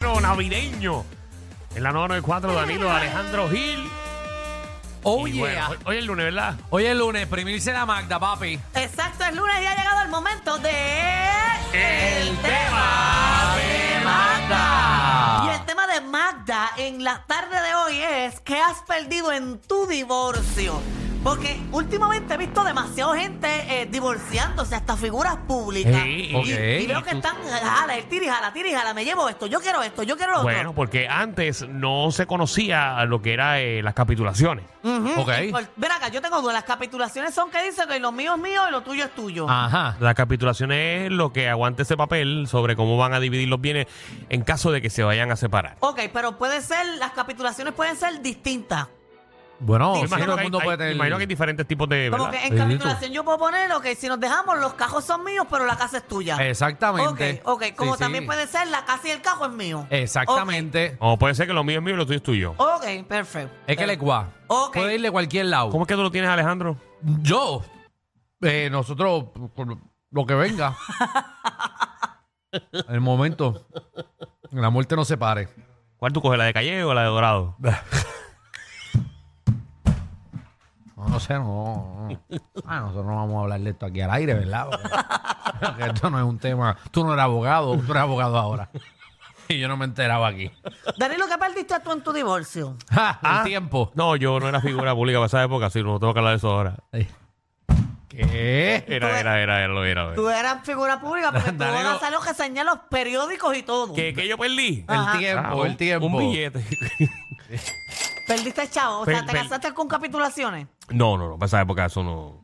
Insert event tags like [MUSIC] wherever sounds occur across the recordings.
clásico navideño. En la 994, Danilo Alejandro Gil. Oh, Y yeah. bueno, hoy, hoy es lunes, ¿verdad? Hoy es lunes, primirse la Magda, papi. Exacto, es lunes y ha llegado el momento de... El tema de Magda. Y Ah, el tema de Magda en la tarde de hoy es ¿Qué has perdido en tu divorcio? Porque últimamente he visto demasiada gente eh, divorciándose, hasta figuras públicas. Sí, y, ok. y veo que están, jala, el tiri, jala, tiri, jala, me llevo esto, yo quiero esto, yo quiero lo Bueno, otro. porque antes no se conocía lo que eran las capitulaciones. Ujú. Ok. Y por- Ven acá, yo tengo dudas. Las capitulaciones son que dicen que lo mío es mío y lo tuyo es tuyo. Ajá. La capitulación es lo que aguante ese papel sobre cómo van a dividir los bienes en caso de que se vayan a separar. Ok, pero puede ser, las capitulaciones pueden ser distintas. Bueno, Me sí, todo que el hay- mundo hay- puede me imagino que hay tener. diferentes tipos de... Como ¿verdad? que en Sí, capitulación yo puedo poner, ok, si nos dejamos, los cajos son míos, pero la casa es tuya. Exactamente. Ok, ok, como Sí, sí. también puede ser, la casa y el cajo es mío. Exactamente. O puede ser que lo mío es mío y lo tuyo es tuyo. Ok, perfecto. Es que le cua. Ok. Puede irle cualquier lado. ¿Cómo es que tú lo tienes, Alejandro? Yo, eh, nosotros, por lo que [LAUGHS] venga, en el momento, la muerte nos separe. ¿Cuál tú coges, la de Calle o la de Dorado? No, no sé, no. [LAUGHS] no. Ah, nosotros no vamos a hablar de esto aquí al aire, ¿verdad? Porque [LAUGHS] esto no es un tema. Tú no eres abogado, tú eres abogado ahora. [LAUGHS] Y yo no me enteraba aquí. [LAUGHS] Danilo, ¿qué perdiste tú en tu divorcio? Ja, Ah, el tiempo. No, yo no era figura pública para esa época, sí, no tengo que hablar de eso ahora. ¿Qué? Era, era, era, era, lo era. Tú eras figura pública porque tú Danilo- vas a ser los que señalan los periódicos y todo. ¿Qué, qué yo perdí? Ajá. El tiempo, Ah, el un- tiempo. Un billete. [LAUGHS] Perdiste chavo, o Per- sea, te per- casaste con capitulaciones. no, no, no, para esa época eso no...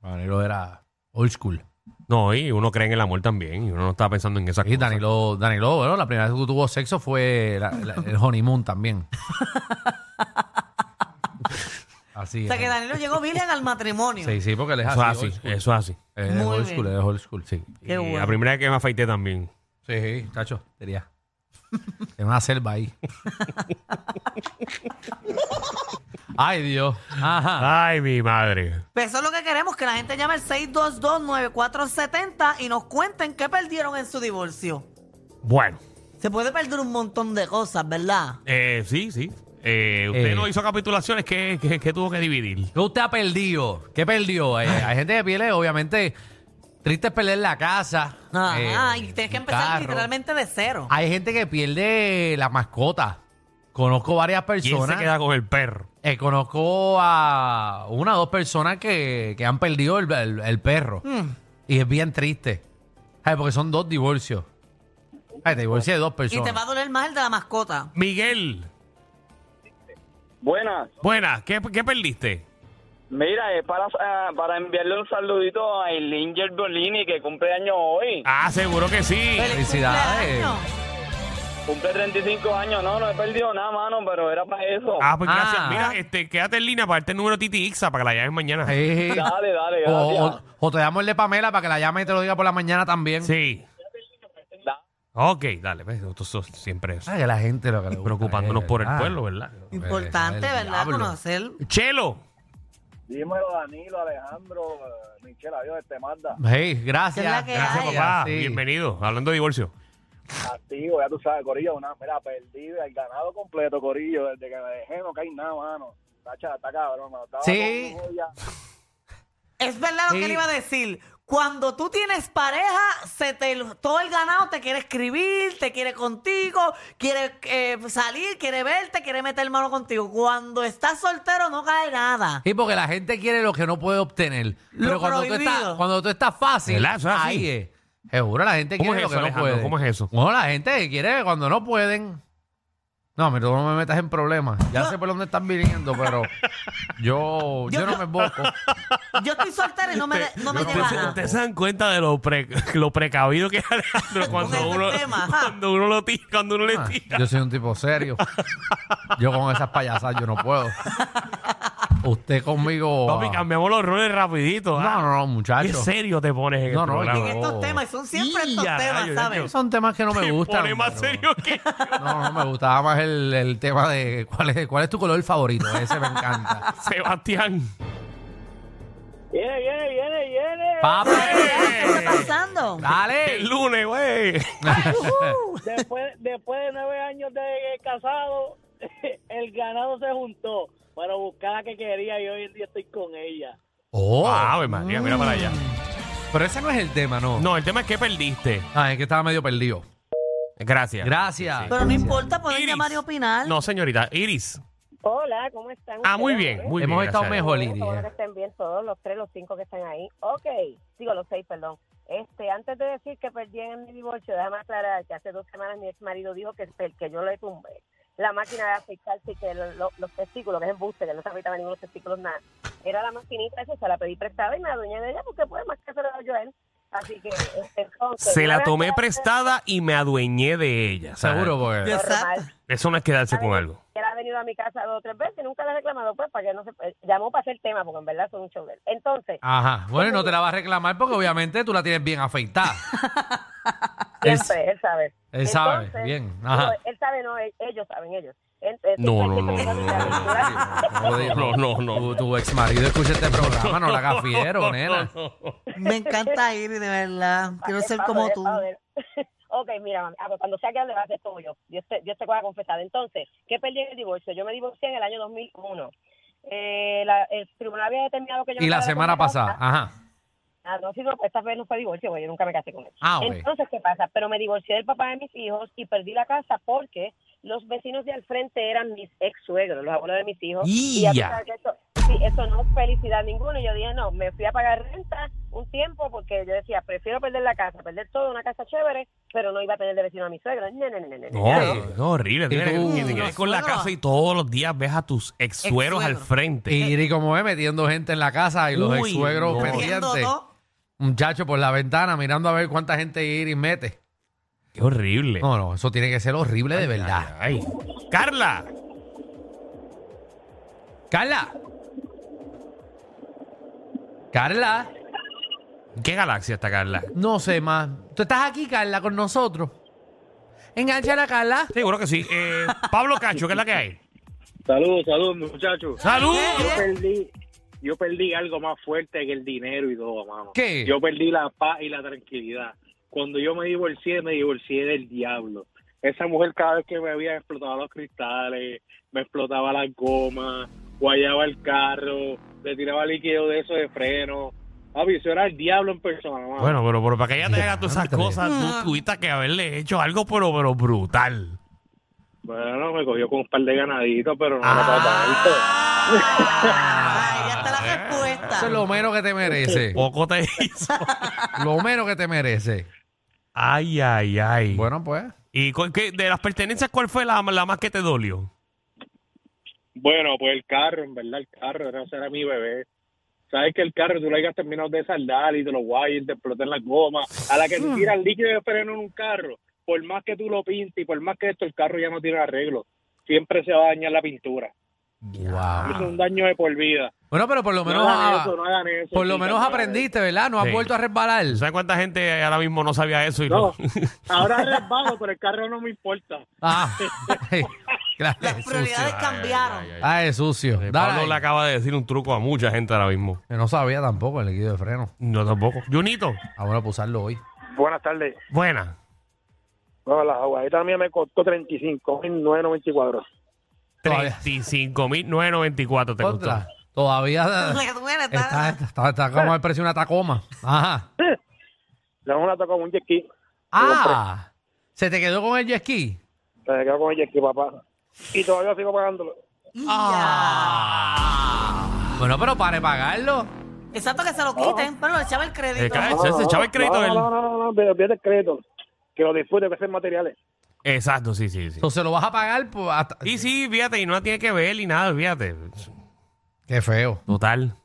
Danilo era old school. No, y uno cree en el amor también, y uno no está pensando en esas Sí, cosas. Danilo, Danilo, bueno, la primera vez que tuvo sexo fue la- la- el [LAUGHS] honeymoon también. Así O es. sea, que Danilo llegó virgen al matrimonio. Sí, sí, porque él es Eso es así. así, old school. eso es así. Él es Muy old bien. school, él es old school. Sí, Qué Y bueno. La primera vez que me afeité también. sí, chacho, sería. [LAUGHS] En una selva [LAUGHS] ahí. Ay, Dios. Ajá. Ay, mi madre. Pues eso es lo que queremos, que la gente llame al 622-9470 y nos cuenten qué perdieron en su divorcio. Bueno, Se puede perder un montón de cosas, ¿verdad? eh, sí, sí. Eh, usted Eh. no hizo capitulaciones, ¿qué, qué, qué tuvo que dividir? ¿Qué usted ha perdido? ¿Qué perdió? Eh, hay gente que pierde, obviamente, triste es perder la casa. Ajá, eh, y tienes que un empezar carro. literalmente de cero. Hay gente que pierde la mascota. Conozco varias ¿Quién personas. se queda con el perro? Eh, conozco a una o dos personas que, que han perdido el, el- el perro. Mm. Y es bien triste. Ay, porque son dos divorcios. Ay, te divorcié de dos Y personas. te va a doler más el de la mascota. Miguel, Buenas. buena, ¿qué, qué perdiste? Mira, es para, ah, para enviarle un saludito a Eileen Gerbolini, que cumple años hoy. Ah, seguro que sí. ¡Feliz felicidades. cumpleaños! Cumple 35 años. No, no he perdido nada, mano, pero era para eso. Ah, pues Ah. gracias. Mira, este, quédate en línea para darte el número Titi Ixa para que la llames mañana. Sí. [LAUGHS] Dale, dale, Oh, O, gracias. o- o te damos el de Pamela para que la llame y te lo diga por la mañana también. Sí. oh. Da- Ok, dale, pues, nosotros siempre es Ay, que la gente lo que le gusta eh. Ah. preocupándonos es, por el ¿verdad? pueblo, ¿verdad? Importante, Ay, Pues, el ¿verdad? diablo. Conocer. Chelo, Dímelo, Danilo, Alejandro, eh, Michelle, adiós, este manda. Hey, ¿Qué es gracias. la que gracias Ay, papá, Sí. bienvenido. Hablando de divorcio. Activo, ya tú sabes, Corillo, una, mira, perdí el ganado completo, Corillo, desde que me dejé no cae nada, mano. Tacha, está cabrón, mano. Estaba Sí. con ella. Es verdad lo Sí. que le iba a decir. Cuando tú tienes pareja, se te, todo el ganado te quiere escribir, te quiere contigo, quiere eh, salir, quiere verte, quiere meter mano contigo. Cuando estás soltero no cae nada. Sí, porque la gente quiere lo que no puede obtener. Lo Pero cuando tú, prohibido. estás, cuando tú estás fácil, ¿Verdad? Eso es así. ahí es. Seguro la gente ¿Cómo quiere es eso, lo que no Alejandro? puede. ¿Cómo es eso? No, la gente quiere cuando no pueden. No, mira, tú no me metas en problemas. Ya sé por dónde están viniendo, pero yo, yo no me emboco. Yo estoy soltera y no me, Este, de- no me Ustedes lleva se- nada. ustedes se dan cuenta de lo, pre- lo precavido que es [LAUGHS] Alejandro cuando ese uno, este tema, ajá. cuando uno lo tira, cuando uno le Ah, tira. Yo soy un tipo serio. Yo con esas payasas yo no puedo. Usted conmigo. Papi, ah, cambiamos los roles rapidito. ah. No, no, no, Qué muchachos. serio te pones en No, el no, programa. En estos temas, y son siempre estos Ya, temas, rayos, ¿sabes? yo- Son temas que no me Te gustan. pones más pero- serio que No, no, me gustaba más el, el tema de cuál es, cuál es tu color favorito. Ese me encanta. [LAUGHS] Sebastián. Viene, viene, viene, viene. Papi. ¿Qué está pasando? El Dale. lunes, güey. después, después de nueve años de casado, el ganado se juntó para buscar la que quería y hoy en día estoy con ella. Oh, Ave María, mira para allá. pero ese no es el tema, ¿no? No, el tema es que perdiste. Ah, es que estaba medio perdido. Gracias. Gracias. Pero no importa, pueden Iris. llamar y opinar. No, señorita. Iris. Hola, ¿cómo están? Ah, muy ustedes? bien, muy bien. Hemos estado gracias. mejor, Qué bueno que Iris. estén bien todos los tres, los cinco que están ahí. Ok, digo los seis, perdón. Este, antes de decir que perdí en mi divorcio, déjame aclarar que hace dos semanas mi ex marido dijo que, que yo le tumbé la máquina de afeitarse y que lo- lo- los testículos, que es embuste, que no se afeitaba ninguno de los testículos, nada. Era la maquinita esa, se la pedí prestada y me adueñé de ella porque pues más que se la doy yo a él. Así que, este, entonces, Se la déjame tomé aclarar- prestada y me adueñé de ella. ¿sabes? Seguro, porque. Exacto. Eso no es quedarse con Ay, algo. que él ha venido a mi casa dos o tres veces y nunca le ha reclamado, pues, para que no se... eh, Llamó para hacer tema, porque en verdad son un show de él. Entonces, Ajá. Bueno, y no te la vas a reclamar porque obviamente tú la tienes bien afeitada. Él- siempre, Pues, él sabe. él sabe, bien, ajá. no, él sabe, no, él- ellos saben, ellos. En- eh, No, no, siempre no, hay que no, tener la no, [LAUGHS] cultura. Como dijo, No, no, no. Tu, tu ex marido escucha este programa, no la hagas fiero, nena. Me encanta Iris, de verdad. Quiero ser como Joder, tú. joder. [LAUGHS] ok, mira, mami, ah, pues cuando sea que le va a hacer como yo. Dios te, Dios te pueda confesar. Entonces, ¿qué perdí en el divorcio? Yo me divorcié en el año 2001. Eh, la- el tribunal había determinado que yo... Y me la quedara con semana mi casa. pasada, ajá. Ah, no, sí, no, esta vez no fue divorcio, güey, yo nunca me casé con él. Ah, ok. Entonces, ¿qué pasa? Pero me divorcié del papá de mis hijos y perdí la casa porque los vecinos de al frente eran mis ex suegros, los abuelos de mis hijos. Y Ya. ya tú sabes que eso, sí, eso no es felicidad ninguna. Y yo dije, no, me fui a pagar renta un tiempo porque yo decía, prefiero perder la casa, perder todo, una casa chévere, pero no iba a tener de vecino a mis suegros. Ne, ne, ne, ne, ne. No, es horrible. Y Tienes que- tú- que te quedes con la Suegro. casa y todos los días ves a tus ex sueros al Ex-suegro. frente. [LAUGHS] Y Iri, como ve, metiendo gente en la casa y los Uy, ex suegros no. Entiendo pendientes. todo. Muchacho por la ventana mirando a ver cuánta gente Iris mete. Qué horrible. No, no, eso tiene que ser horrible de verdad. Ay. Carla. Carla. Carla. ¿En ¿Qué galaxia está Carla? No sé más. Tú estás aquí, Carla, con nosotros. Engancha a Carla. Seguro que sí. Eh, Pablo Cacho, ¿qué es la que hay? Saludos, saludos, muchachos. ¡Salud! Yo perdí, yo perdí algo más fuerte que el dinero y todo, mano. ¿Qué? Yo perdí la paz y la tranquilidad. Cuando yo me divorcié, me divorcié del diablo. Esa mujer cada vez que me había explotado los cristales, me explotaba las gomas, guayaba el carro, le tiraba líquido de eso de freno. Papi, eso era el diablo en persona, mano. Bueno, pero, pero para que ella te haga todas esas Diantre. cosas, tú tuviste que haberle hecho algo, pero, pero brutal. Bueno, me cogió con un par de ganaditos, pero no era para tanto. Ah, ya está la Eh, [LAUGHS] Eso es respuesta. lo menos que te merece. Eh, Poco te hizo. lo menos que te merece. Ay, ay, ay. Bueno, pues. ¿Y cu- qué- de las pertenencias, cuál fue la, la más que te dolió? Bueno, pues el carro, en verdad, el carro, era, ese era mi bebé. Sabes que el carro tú lo hayas terminado de saldar y te lo guayas, te explotan las gomas. A la que Ah. te tiras líquido de freno en un carro, por más que tú lo pintes y por más que esto, el carro ya no tiene arreglo. Siempre se va a dañar la pintura. Wow. Es un daño de por vida. Bueno, pero por lo menos, No hagan ah, eso, no hagan eso. por lo chicas, menos no hagan aprendiste, ¿verdad? No has Sí. vuelto a resbalar. ¿Sabes cuánta gente ahora mismo no [LAUGHS] sabía eso? Y No, lo- [LAUGHS] ahora resbalo, pero el carro no me importa. Ah, [LAUGHS] claro. Las prioridades cambiaron. Ah, es sucio. Eh, Dale Pablo ahí. le acaba de decir un truco a mucha gente ahora mismo. Que no sabía tampoco el líquido de freno. No tampoco. Junito, Ahora para usarlo hoy. Buenas tardes. buena. Bueno, la jugadita mía me costó 35.994. 35.994 te costó. Contra. Todavía Le duele, está, está. está, está- está como el precio de una tacoma. Ajá. La una tocó con un jet ski. Ah, se te quedó con el jet ski. Se me quedó con el jet ski, papá. Y todavía sigo pagándolo. Ah. Bueno, pero para pagarlo. Exacto que se lo quiten, pero le echaba el Eh, crédito. claro, se- se echaba el crédito no, del- no, no, no, no, pero olvídate el crédito. Que lo disfrute, que sean materiales. Exacto, sí, sí, sí. Entonces lo vas a pagar pues, hasta- Y sí, fíjate, y no la tiene que ver y nada, fíjate. Qué feo, Total.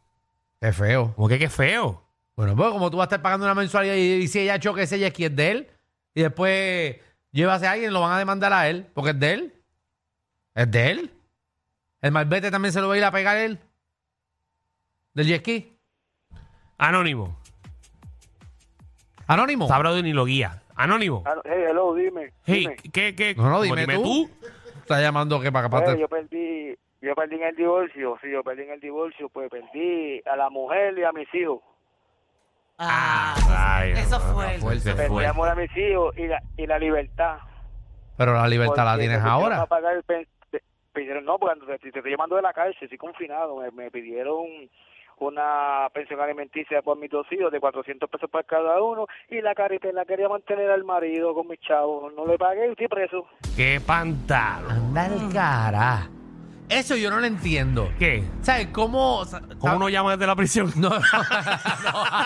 qué feo. Como que qué feo. Bueno, pues como tú vas a estar pagando una mensualidad y, y si ella choca ese jet ski es de él y después llévase a alguien, lo van a demandar a él porque es de él. Es de él. El malvete también se lo va a ir a pegar él. Del jet ski. Anónimo. Anónimo. Sabrá de ni lo guía. Anónimo. Ah, Hey, hello, dime. Hey, ¿qué, qué? No, no, como dime tú. Está llamando que para Pues, capaz. yo perdí, yo perdí en el divorcio, sí, yo perdí en el divorcio, pues perdí a la mujer y a mis hijos. Ah, Ay, eso hermano, fue. fuerte. ese Perdí fue. Perdí amor a mis hijos y la, y la libertad. Pero la libertad la Porque tienes me pusieron ahora. a pagar el pen- te- pidieron, no, porque te, te estoy llamando de la cárcel, estoy confinado. Me, me pidieron una pensión alimenticia por mis dos hijos de 400 pesos para cada uno y la carita la quería mantener al marido con mis chavos. No le pagué y estoy preso. ¡Qué pantalón! Anda el cara. Eso yo no lo entiendo. ¿Qué? ¿Sabes cómo? o sea, ¿Cómo uno llama desde la prisión? Ah. No. no.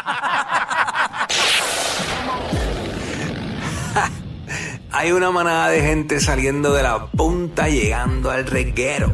Hay una manada de gente saliendo de la punta llegando al reguero.